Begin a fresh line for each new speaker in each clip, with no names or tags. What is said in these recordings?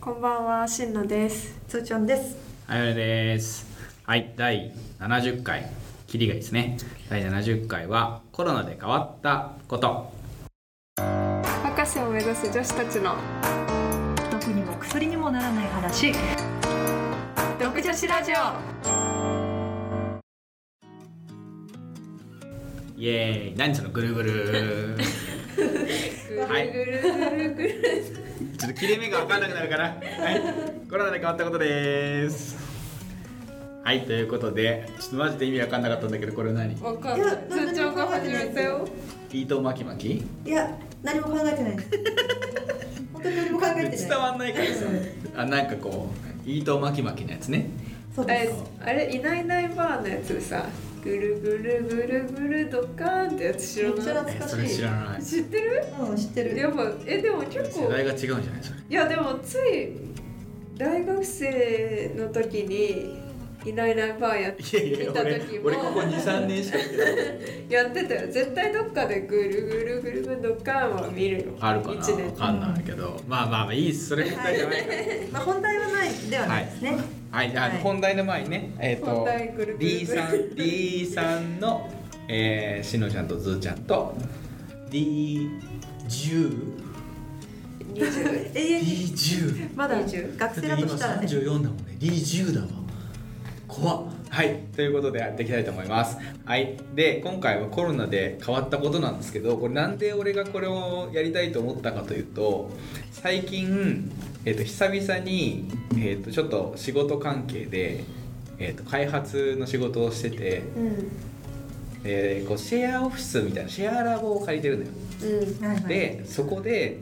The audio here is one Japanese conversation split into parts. こんばんは、しんのです。
つーちゃんです。
あやれです。はい、第70回、キリがいいですね。第70回は、コロナで変わったこと。
博士を目指す女子たちの
毒にも薬にもならない話。
独女子ラジオ。
イエーイ、何そのぐるぐ る。はい、ちょっと切れ目が分かんなくなるから。はい、コロナで変わったことです。はい、ということで、ちょっとマジで意味分かんなかったんだけど、これ何
わか
い
んな
や
い。通帳が始めたよ。
ピート巻き巻き
いや、何も考えてな いです。本当に何も考えて
伝
ない。
わんないからさ。あ、なんかこう、イート巻き巻きのやつね。
そう
あ
で
れ
す。、
あれいないいないバーのやつでさ、ぐるぐるぐるぐるドカーンってやつ知
めっち
ら
ゃ
な
え
懐
そ
か
れ
しい
知。らない
い。。知ってる？
うん、知ってる。
やっぱえでも結
世
構
代が違うんじゃないそれ。
いやでもつい大学生の時にいないいないバーやっ
いやいや
見た時
俺
も
俺ここ23年しか行ってない
やってたよ。絶対どっかでぐるぐるぐるぐるドカーンは見るよ。
あるかな
一
分
年。
かんないけどまあまあまあいいっすそれ問題じゃないから
まあ、本題はないではないですね。
はい、あ
はい
本題の前にねえっ、
本題ぐるぐる
と D さん D さんの、えー、しのちゃんとずーちゃんと
二十。
D10D10
永遠に。まだ
20
学生だとしたらね。
34だもんね D10 だわ怖っはいということでやっていきたいと思いますはいで今回はコロナで変わったことなんですけどこれなんで俺がこれをやりたいと思ったかというと最近、えっと久々に、えっとちょっと仕事関係で、えっと開発の仕事をしてて、
うんうん
えーこうシェアオフィスみたいなシェアラボを借りてるのよ
はいはい、
でそこで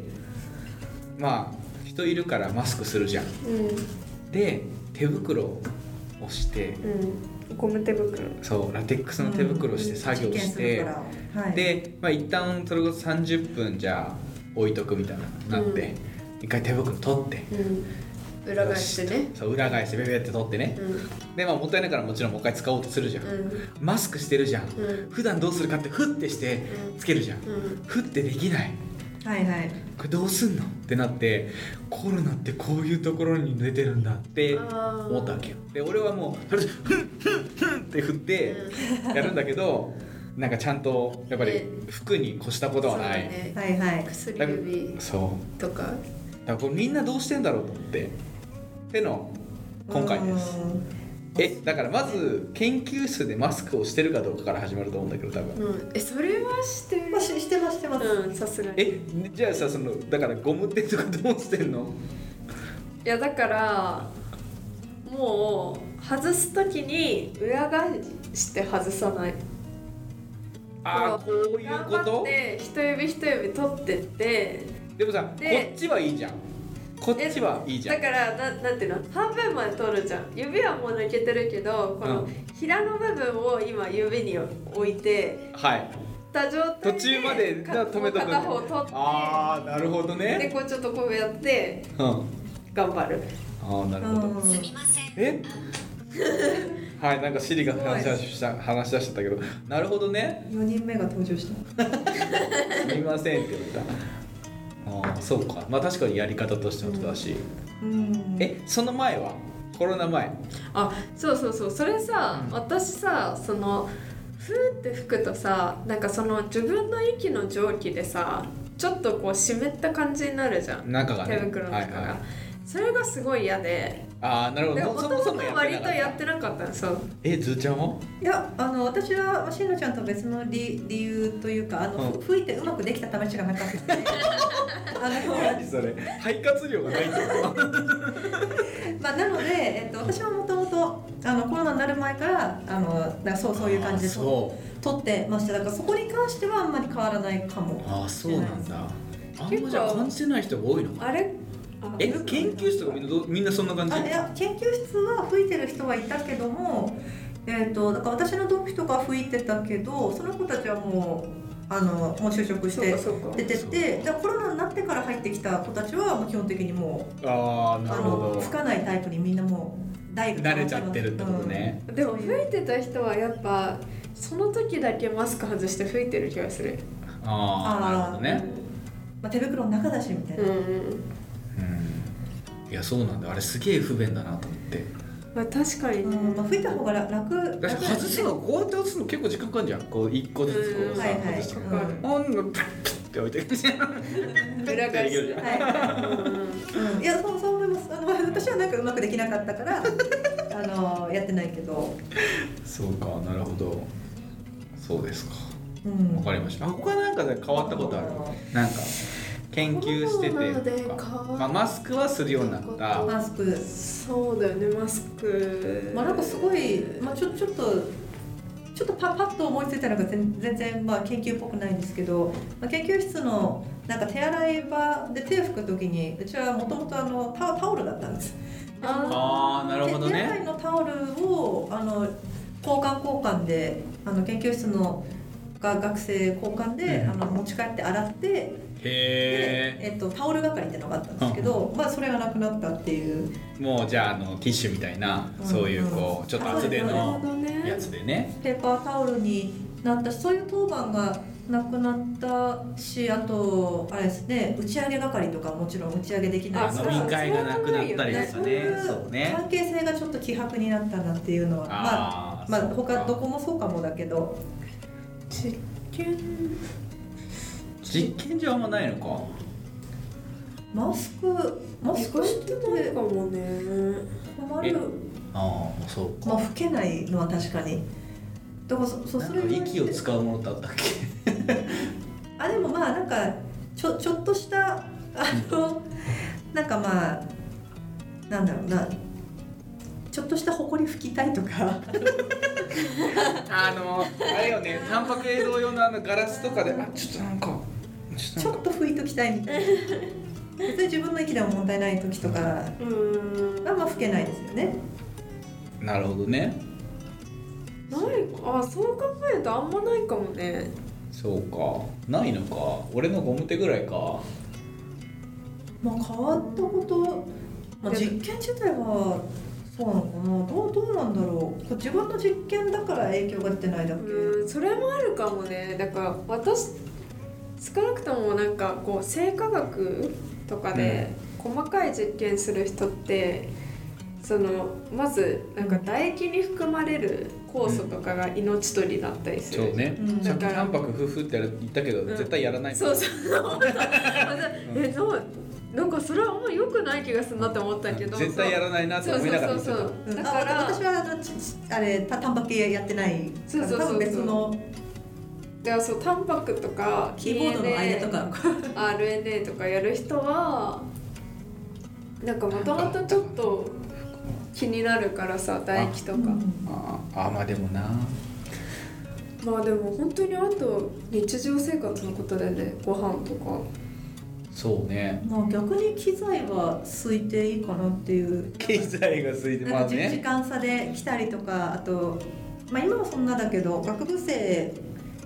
まあ人いるからマスクするじゃん
う
で手袋をして
んうんゴム手袋
そうラテックスの手袋をして作業
実験
し
する
て、
からはい、
で、まあ、一旦それこそ30分じゃあ置いとくみたいななって、一回手袋取って
うん裏返してね
そう裏返してベベって取ってね
う、ん
でまあもったいないからもちろんもう一回使おうとするじゃん、
うん
マスクしてるじゃん、
うん
普段どうするかってフッてして
うん
つけるじゃん、
うん
フッてできない
はいはい。
これどうすんのってなってコロナってこういうところに出てるんだって
あー
思ったわけよで俺はもうとりあえずフンフンフンって振ってやるんだけどなんかちゃんとやっぱり
ね
服に越したことはない、
そうだね
はいはい。
薬指
そう
とか
だからこれみんなどうしてんだろうと思ってっての今回です
うん
えだからまず研究室でマスクをしてるかどうかから始まると思うんだけど多分
うんえそれはしてる
まあ、ししてますしてます。
うんさすがに
えじゃあさそのだからゴム手とかどうしてんの
いやだからもう外すときに裏返して外さない
ああこういうこ
頑張っ
と
て人指人指取ってって
でもさこ
で
っちはいいじゃんこっちはいいじゃん
だからななんていうの半分まで取るじゃん指はもう抜けてるけどこの
うん
平の部分を今指に置いて
はい
た状態で
途中まで
か
止めとく
片方取っ
ああなるほど
てで
ね
こうちょっとこうやって
うん
頑張る
ああなるほど
うん
え はいなんかシリが話しした話し出しちゃったけどなるほどね
四人目が登場した。
すみませんって言ったああそうかまあ確かにやり方としても正しい、
うん。
えその前はコロナ前
あそうそうそうそれさ、
うん
私さそのふーって吹くとさなんかその自分の息の蒸気でさちょっとこう湿った感じになるじゃん
中が
手
ね
袋の中が、
はいはい、
それがすごい嫌で
ああなるほ
で
ど
もともと
やって
割
な
と
か
や
っ
ったてなかったのそう
えずーちゃんはい
やあの私はしんのちゃんと別の理理由というかあの、
うん
吹いてうまくできた試しがなかったので あ
それ肺活量がないってこと
の、まあ、なので、えっと、私はもともとあのコロナになる前からあのなんかそうそういう感じで
あそ
撮ってましただからそこに関してはあんまり変わらないかも
うああそうなんだあんまじ
結
ゃあ
構
感じてない人が多いのかな
あれあ
え研究室とかみんなどうみんなそんな感じ
あいや研究室は吹いてる人はいたけどもえっとだから私の同期とかは吹いてたけどその子たちはもうあのもう就職し
そう
て
かそうか
出てってだからコロナになってから入ってきた子たちはもう基本的にもう
ああな
あ
るほ
の
ど
吹かないタイプにみんなもう大
慣れちゃってるってこと、ね、
でも吹いてた人はやっぱその時だけマスク外して吹いてる気がする
ああなるほどね
うんまあ、手袋の中だしみたいな、
うん
うんいやそうなんだあれすげえ不便だなと思って
まあ、確かに
う
ね、
んまあ、吹いた方が楽
確
楽
か外すのこうやって外すの結構時間かかるじゃんこう一個ずつこうさ、
はいは
外
い
して
かかる
あんのプップッって置いてるじゃん
裏返し
できるじゃん
はい
うん
うん、いやそうそう思いますあの私はなんかうまくできなかったから あのやってないけど、
そうかなるほどそうですか
うん、
わかりましたあ他なんかで変わったことあるなんか研究して
コロナなので
て
変
と
わ
か
った
まあ、マスクはするようになった
こ
マスク
そうだよねマスク
まあなんかすごい、まあ、ちょちょっとちょっとパパッと思いついたのが全全然まあ研究っぽくないんですけど、まあ、研究室のなんか手洗い場で手を拭く時にうちはもともとあのタオタオルだったんです
あーなるほどね
手洗いのタオルをあの交換交換であの研究室のが学生交換で、
うん
あの持ち帰って洗ってで
へ
えっと、タオル係ってのがあったんですけど、まあ、それがなくなったっていう、
えもうじゃああのティッシュみたいな、
うん
そういうこうちょっと厚手
なるほ
の
どね
やつでね
ペーパータオルになったしそういう当番がなくなったしあとあれですね打ち上げ係とかもちろん打ち上げできない
あ
か
そ
ら
う
飲み会がなくなったりとか
そうい
ね
う
そうね
関係性がちょっと希薄になったなっていうのはまあ
あー
まあ
そうか
他どこもそうかもだけど
実験
実験場あんまないのか
マスクマ
意
スク
外
して
とない
て
かもね
困
え
る
ああそうか
まあ老けないのは確かにだからそそ
な
そ
ん
れ
か
に
息を使うものってあったっけ
あでもまあなんかちょちょっとしたあのなんかまあなんだろうなちょっとした埃拭きたいと か
あのあれよねタンパク映像用のあのガラスとかであちょっとなんかち
ちょっと拭いときたいみたいな別に自分の息でも問題ない時とかは
うん
まあ拭けないですよね
なるほどね
ないあそう考えるとあんまないかもね
そうかないのか俺のゴム手ぐらいか
まあ変わったこと、まあ、実験自体はそうなのかなどうどうなんだろうこう自分の実験だから影響が出てないだけ
うんそれもあるかもねだから私少なくともなんかこう生化学とかで細かい実験する人ってそのまずなんか唾液に含まれる酵素とかが命取りだったりする、
そうね、
うん
さっき
だから
タンパクフフってやる言ったけど、
ん
絶対やらない
そうそう えそうなんかそれはあんま良くない気がするなって思ったけど
絶対やらないなって思いながら見てた
そうそうそうそう
だ
だ
か
からら
私はあのちちあれたタンパク系やってないか
そう
ら
そうそうそう
多分別の
だからそうタンパクとか
キーボードの間とか
RNA とかやる人はなんかもともとちょっと気になるからさ唾液とか
あーあーまあでもな
まあでも本当にあと日常生活のことでねご飯とか
そうね
まあ逆に機材は空いていいかなっていう
経済がついて
なん
ま
か
あ
じ時
ね
間差で来たりとかあとまあ今はそんなだけど学部生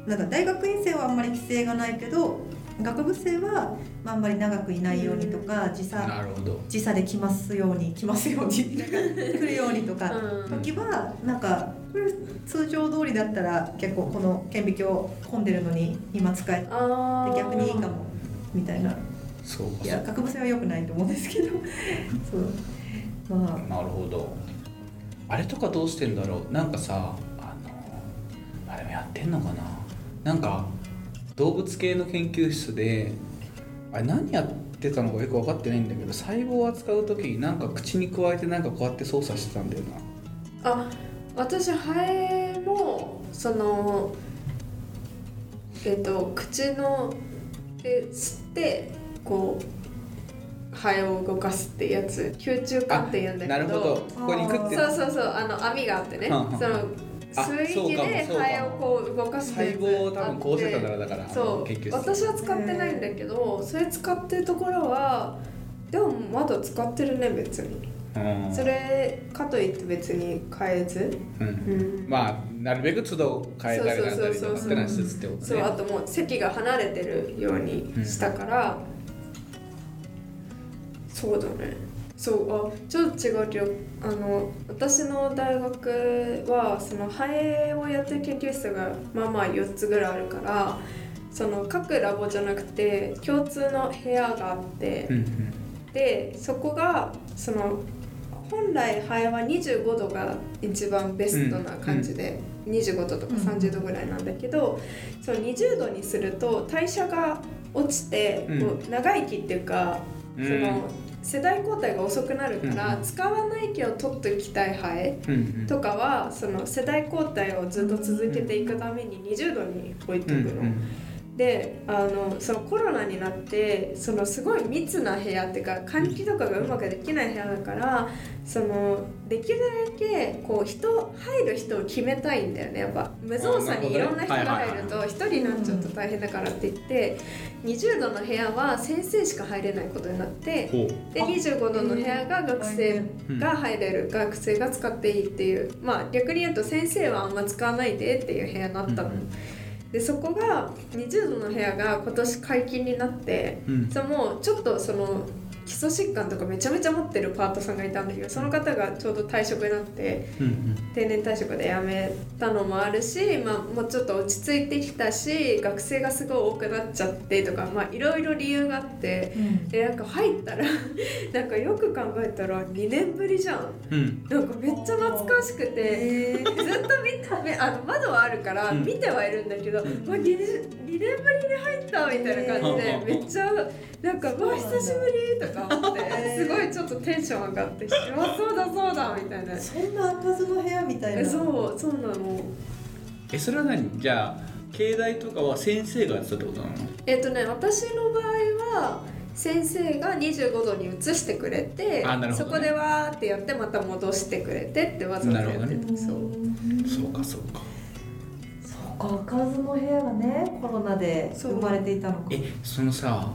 なんか大学院生はあんまり規制がないけど学部生はまああんまり長くいないようにとか時差
なるほど
時差で来ますように来ま すようになんか来るようにとか
うん
時はなんかこれ通常通りだったら結構この顕微鏡混んでるのに今使えて
あー
逆にいいかもみたいな
そうか
いや学部生は良くないと思うんですけどそうまあ
なるほどあれとかどうしてんだろうなんかさあのあれもやってんのかななんか動物系の研究室であれ何やってたのかよく分かってないんだけど細胞を扱う時になんか口に加えてなんかこうやって操作してたんだよな
あ私ハエもそのえっ、と口ので吸ってこうハエを動かすってやつ吸虫管って言うんだけど
なるほどここにグって
そうそうそうあの網があってね、
うんうん
その
あ
吸い気で
そうかもそうかも
ハエをこう動かす
細胞を多分こうしてたからだから
そう
研究室
私は使ってないんだけどそれ使ってるところはでもまだ使ってるね別に
うん
それかといって別に変えず、
うん
うん
まあなるべく都度変えたりなんだりとかってなしつつってこと
そう
ね
あともう席が離れてるようにしたから、そうだねそうあちょっと違うけどあの私の大学はそのハエをやってる研究室がまあまあ4つぐらいあるからその各ラボじゃなくて共通の部屋があって、
うんうん
でそこがその本来ハエは25度が一番ベストな感じで、25度とか30度ぐらいなんだけど、その20度にすると代謝が落ちて、
うん
こう長生きっていうか、
うん
その世代交代が遅くなるから、
う
使わない毛を取っときたいハエ
うんうん
とかはその世代交代をずっと続けていくために20度に置いとく
う
の。
んうん
であのそのコロナになってそのすごい密な部屋っていうか換気とかがうまくできない部屋だからそのできるだけこう人入る人を決めたいんだよねやっぱ無造作にいろんな人が入ると1人になっちゃうと大変だからって言って20度の部屋は先生しか入れないことになって
ほう
で
あ
25度の部屋が学生
うん
が入れる学生が使っていいっていうまあ逆に言うと先生はあんま使わないでっていう部屋になったの。でそこが20度の部屋が今年解禁になって
うんうん
そもうちょっとその基礎疾患とかめちゃめちゃ持ってるパートさんがいたんだけどその方がちょうど退職になって
うん
定年退職で辞めたのもあるし、まあ、もうちょっと落ち着いてきたし学生がすごい多くなっちゃってとかまあいろいろ理由があって
うん
でなんか入ったらなんかよく考えたら2年ぶりじゃん。
うん
なんかめっちゃ懐かしくて、ずっと見ためあの窓はあるから
うん
見てはいるんだけど、
ん
もう 2, 年2年ぶりに入ったみたいな感じで、
うん
めっちゃなんか「うわ久しぶり!」とか思って、
へー
すごいちょっとテンション上がってきて「うわそうだそうだ」みたいな。
そんな開かずの部屋みたい
え
な
そうそうなの
えそれは何じゃあ携帯とかは先生がやってたってことなの
えっとね私の場合は先生が25度に移してくれて、
あなるほ
そ
どね
こでわーってやってまた戻してくれてってわざわざやって
なるほ
てそう
そうかそうか
そうか開かずの部屋がねコロナで
そう
生まれていたのか
えそのさ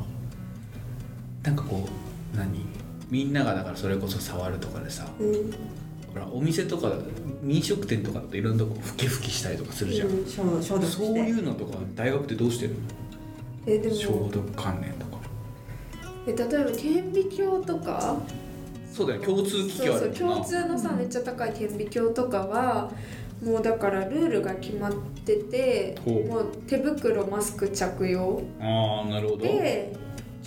なんかこう何みんながだからそれこそ触るとかでさ
うん
ほらお店とか飲食店とかだといろんなとこふけふきしたりとかするじゃん、
うん
消消毒して
そういうのとか大学ってどうしてるの
えでも
消毒関連とか
え例えば顕微鏡とか
そうだよ共通機器はあ
そう
る
そう共通のさ
うん
めっちゃ高い顕微鏡とかはもうだからルールが決まってて
ほう
もう手袋マスク着用
ああなるほど
で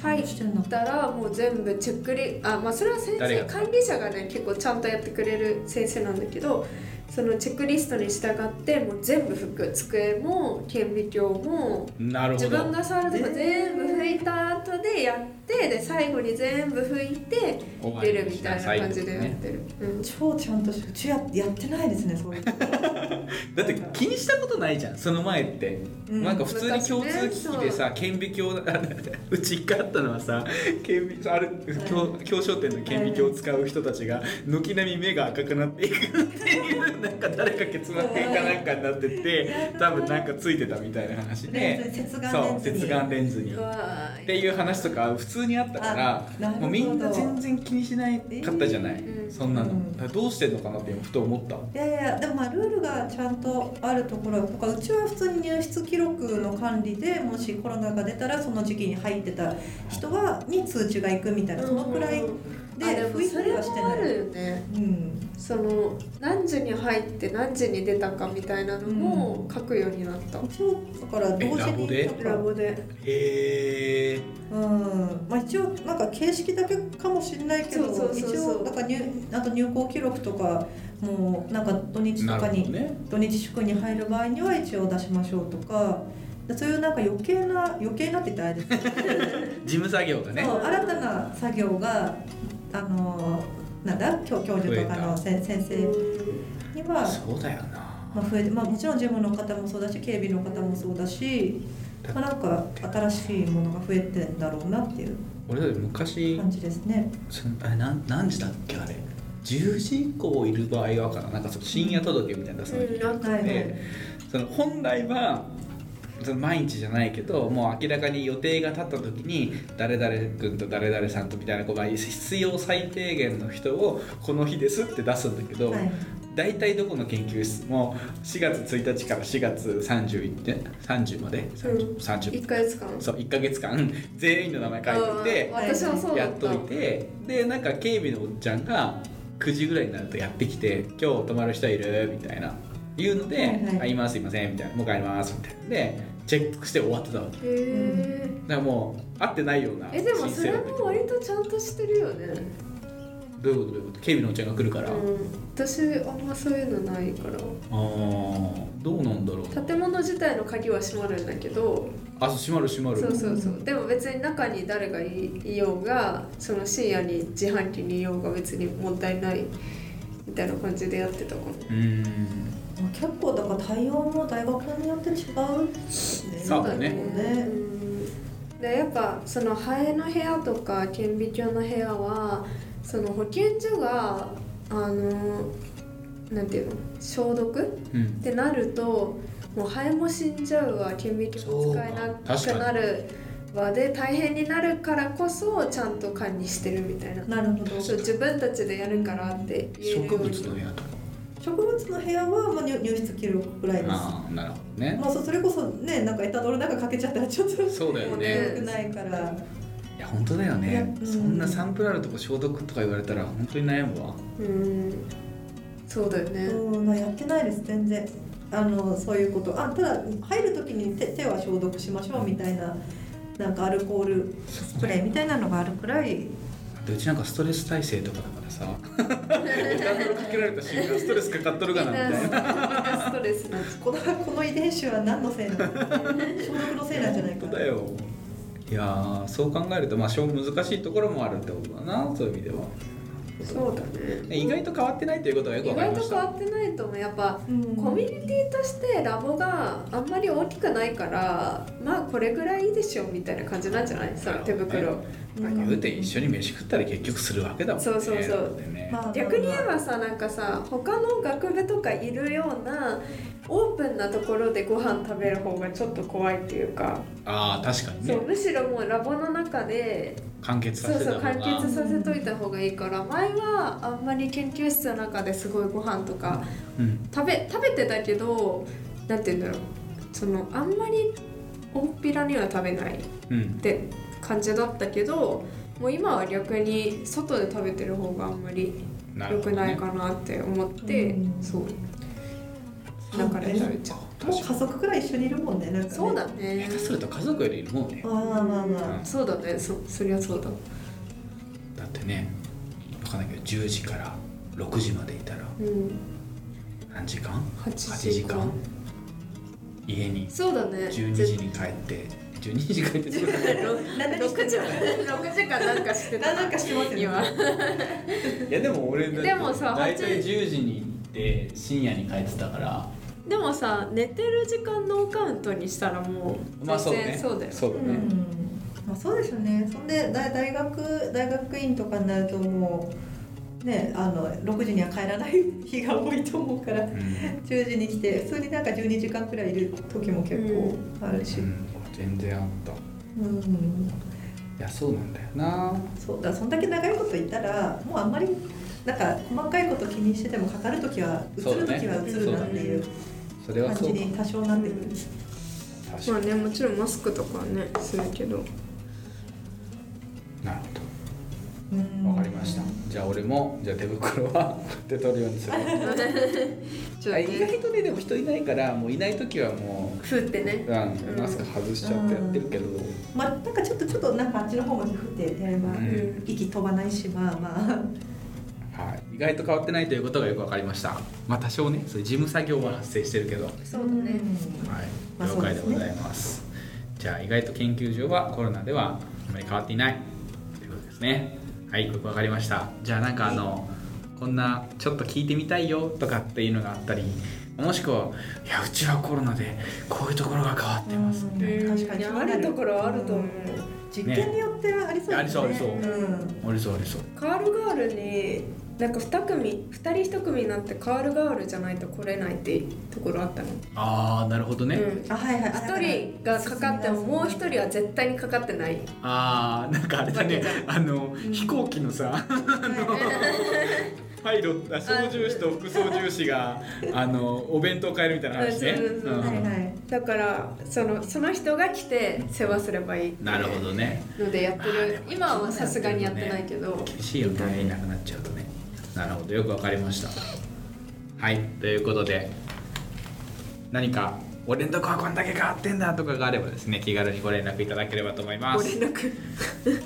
入っ
してんだ
たらもう全部チェックリあまあそれは先
誰
生
が
管理者がね結構ちゃんとやってくれる先生なんだけどそのチェックリストに従ってもう全部拭く机も顕微鏡も
なるほ
自
ど
分が触るとこ
えー
全部拭いた後でやってで最後に全部拭いて
終わ
出
り
る
に
み
した
い
さ
な感じでやっ
ね
てる、うん
超ちゃんとしてうちややってないですねそういうの
だって気にしたことないじゃんその前って、
うん
なんか普通に共通機器でさ、顕微鏡だ うち一回あったのはさ顕微ある教教商店の顕微鏡を使う人たちが軒並み目が赤くなっていくっていうなんか誰か結膜炎かなんかになってて多分なんかついてたみたいな話
レン
で
ズ接眼レ
そ
ン
う
ズに
接眼レンズに。
うわー
っていう話とか普通にあったか
あな
ら
るほど
もうみんな全然気にしないかったじゃない、
うん
そんなの、
うん
だからどうしてんのかなって今ふと思った
いやいやでもまあルールがちゃんとあるところとかうちは普通に入室記録の管理でもしコロナが出たらその時期に入ってた人はに通知が行くみたいなそのくらいで
あでも
拭い
そ
たり
れ
はして
もあ
ない。
るよね
うん、
その何時に入って何時に出たかみたいなのも書くようになった、
一応だから同時にと
ラ
か、
ボで
へえ
うんまあ、一応なんか形式だけかもしれないけど
そうそうそうそう
一応なんか入あと入校記録とかもなんか土日とかに
ね
土日祝に入る場合には一応出しましょうとかでそういうなんか余計な余計なって言ったらあれですけ
事務作 業がね
どそう新たな作業があのなんだ教教授とかの先先生には、
そうだよな
まあ、増えて、まあ、もちろん事務の方もそうだし警備の方もそうだし、まあ、なんか新しいものが増えてんだろうなっていう
俺だって昔
感じですね。
そのあれなん何時だっけあれ10時以降いる場合はかななんかその深夜届みたいなの出さなきゃいけなくて、
はいはい
その本来はその毎日じゃないけどもう明らかに予定が立った時に誰々君と誰々さんとみたいなこうまあ必要最低限の人をこの日ですって出すんだけど、
はい
大体どこの研究室も4月1日から4月31日30まで
うん
30 30
1ヶ月間
そう1か月間 全員の名前書いていて
あー私はそうだ
や
っ
ったといてでなんか警備のおっちゃんが9時ぐらいになるとやってきて「今日泊まる人いる?」みたいな言うので「
はいはい
あいますいません」みたいな「もう帰ります」みたいなでチェックして終わってたわけだか
へえ
らもう合ってないような
えでもそれ
だったけ
も
ど
割とちゃんとしてるよね
どういうことどういうこと警備のおっちゃんが来るから、あ
うん私あんまそういうのないから
あどうなんだろうな
建物自体の鍵は閉まるんだけど
あそう閉まる閉まる
そうそうそうでも別に中に誰がいようがその深夜に自販機にいようが別にもったいないみたいな感じでやってたかも
うーん
結構だから対応も大学によって違うね
そうだね
うんでやっぱそのハエの部屋とか顕微鏡の部屋はその保健所があのなんていうの消毒
うん
ってなるともうハエも死んじゃうわ顕微鏡も使えな
そうか
くなるわで大変になるからこそちゃんと管理してるみたいな
なるほど
そう自分たちでやるからって言える
植
よう
物
に
の部屋とか
植物の部屋は、まあ、入入室記録ぐらいです
ああなるほどね
まあ、そそれこそねなんかエタノールなんかかけちゃったらちょっと
そうだよ
ね
良くないから
いや本当だよ
いや
ね
うん
そんなサンプルあるとこ消毒とか言われたら本当に悩むわ
うんそうだよね
うんまあやってないです全然あのそういうことあただ入る時に手手は消毒しましょうみたいななんかアルコールスプレーみたいなのがあるくらい
でうちなんかストレス耐性とかだか らさエタノールかけられた瞬間ストレスかかっとる
みん
か
な
な
み
み
ん
たいな
なストレスになっちゃう
このこの遺伝子は何のせいなの 消毒のせいなんじゃない
本
か
当だよいやーそう考えるとまあ小難しいところもあるってことだなそういう意味では
そうだね
意外と変わってないということがよく
意
わかり
外
ま
と
し
変わ
た
ってないと思うやっぱ
うん
コミュニティとしてラボがあんまり大きくないからまあこれぐらいいいでしょみたいな感じなんじゃないその手袋、
なんか言うて一緒に飯食ったら結局するわけだもんね
そうそうそう
だってね
まあ
逆に言えばさなんかさ他の学部とかいるようなオープンなところでご飯食べる方がちょっと怖いっていうか、
ああ確かに
そ
ね
うむしろもうラボの中で
完結さ
そう
せた
そ
方
う
が
完結させといた方がいいから前はあんまり研究室の中ですごいご飯とか
うん
食べ食べてたけどなんて言うんだろうそのあんまり大っぴらには食べないっ
うん
て感じだったけどもう今は逆に外で食べてる方があんまり
な
良
るほ
く
ど
な
ね
いかなって思って、
うん
そうだから食べちゃう
もう家族くらい一緒にいるもんねなんかね
そうだね
下手すると家族よりもうね
まあまあまあまあ
そうだねそそりゃそうだ
だってね分かんないけど10時から6時までいたら
うん
何時間
8
8
時
時
間
間家に
そうだね
12時に帰って12時帰ってすぐ
何
6時間6時間なんかしてた
なんかしてますよ
今
ね
いやでも俺
でもさ
大体
8
10時に行って深夜に帰ってたから
でもさ寝てる時間ノーカウントにしたらもう
まあそうね
そうだよ
そう
う
だね、
んまあ、そうですよねそんで大大学大学院とかになるともうねあの6時には帰らない日が多いと思うから
うん
10時に来て普通になんか12時間くらいいる時も結構あるし、
全然あったい
うん、
やそうなんだよな
そうだそんだけ長いこといたらもうあんまりなんか細かいこと気にしててもかかる時は映る
そうだね
時は映るなっていう
それは
感
そ
じ
うか
に多少なってくる。
確
ま
か
あねもちろんマスクとかはねするけ ど
になるほど
う
わ
ん
かりました。じゃあ俺もじゃあ手袋は 手取るようにする。
ちょっと
意
ね
外とねでも人いないからもういない時はもう。
ふってね
うん、マスク外しちゃってやってるけど、
まあ、なんかちょっとちょっとなんかあっちの方まで降ってやれば、
うん
息飛ばないしまあまあ
はい、意外と変わってないということがよくわかりましたまあ多少ねそういう事務作業は発生してるけどは
そうだね
い
まあ
了解でございます,、じゃあ意外と研究所はコロナではあまり変わっていないということですねはいよくわかりましたじゃあなんかあのこんなちょっと聞いてみたいよとかっていうのがあったりもしくはいやうちはコロナでこういうところが変わってますみたいな
確かに
いやあるところはあると思う、
実験によってはありそう
ねありそうありそう
うん
ありそうありそう
カールガールになんか2組2人1組になってカールガールじゃないと来れないってところあったの、
ああなるほどね、
うん、
あはいはいあだから
1人がかかってももう1人は絶対にかかってない
あーなんかあれだねあの、飛行機のさパイロットあ操縦士と副操縦士が あのお弁当買えるみたいな話ね
うんそうそうそう
うん
はいはい
だからそのその人が来て世話すればいいっていう
なるほどね
のでやって
あーで
る
も
今はさすがにやってないけど
厳しいよねいなくなっちゃうとねなるほどよくわかりましたはいということで何かご連絡はこんだけ変わってんだとかがあればですね気軽にご連絡いただければと思いま
ご
す
連絡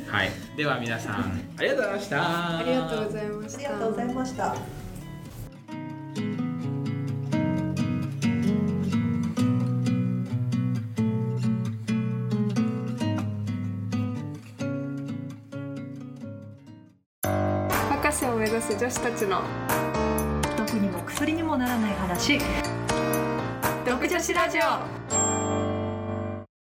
はい、では皆さんありがとうございました
ありがとうございまし
あ
た
りがとうございました。
博士を目指す女子たちの
毒にも薬にもならない話。
独女子ラジオ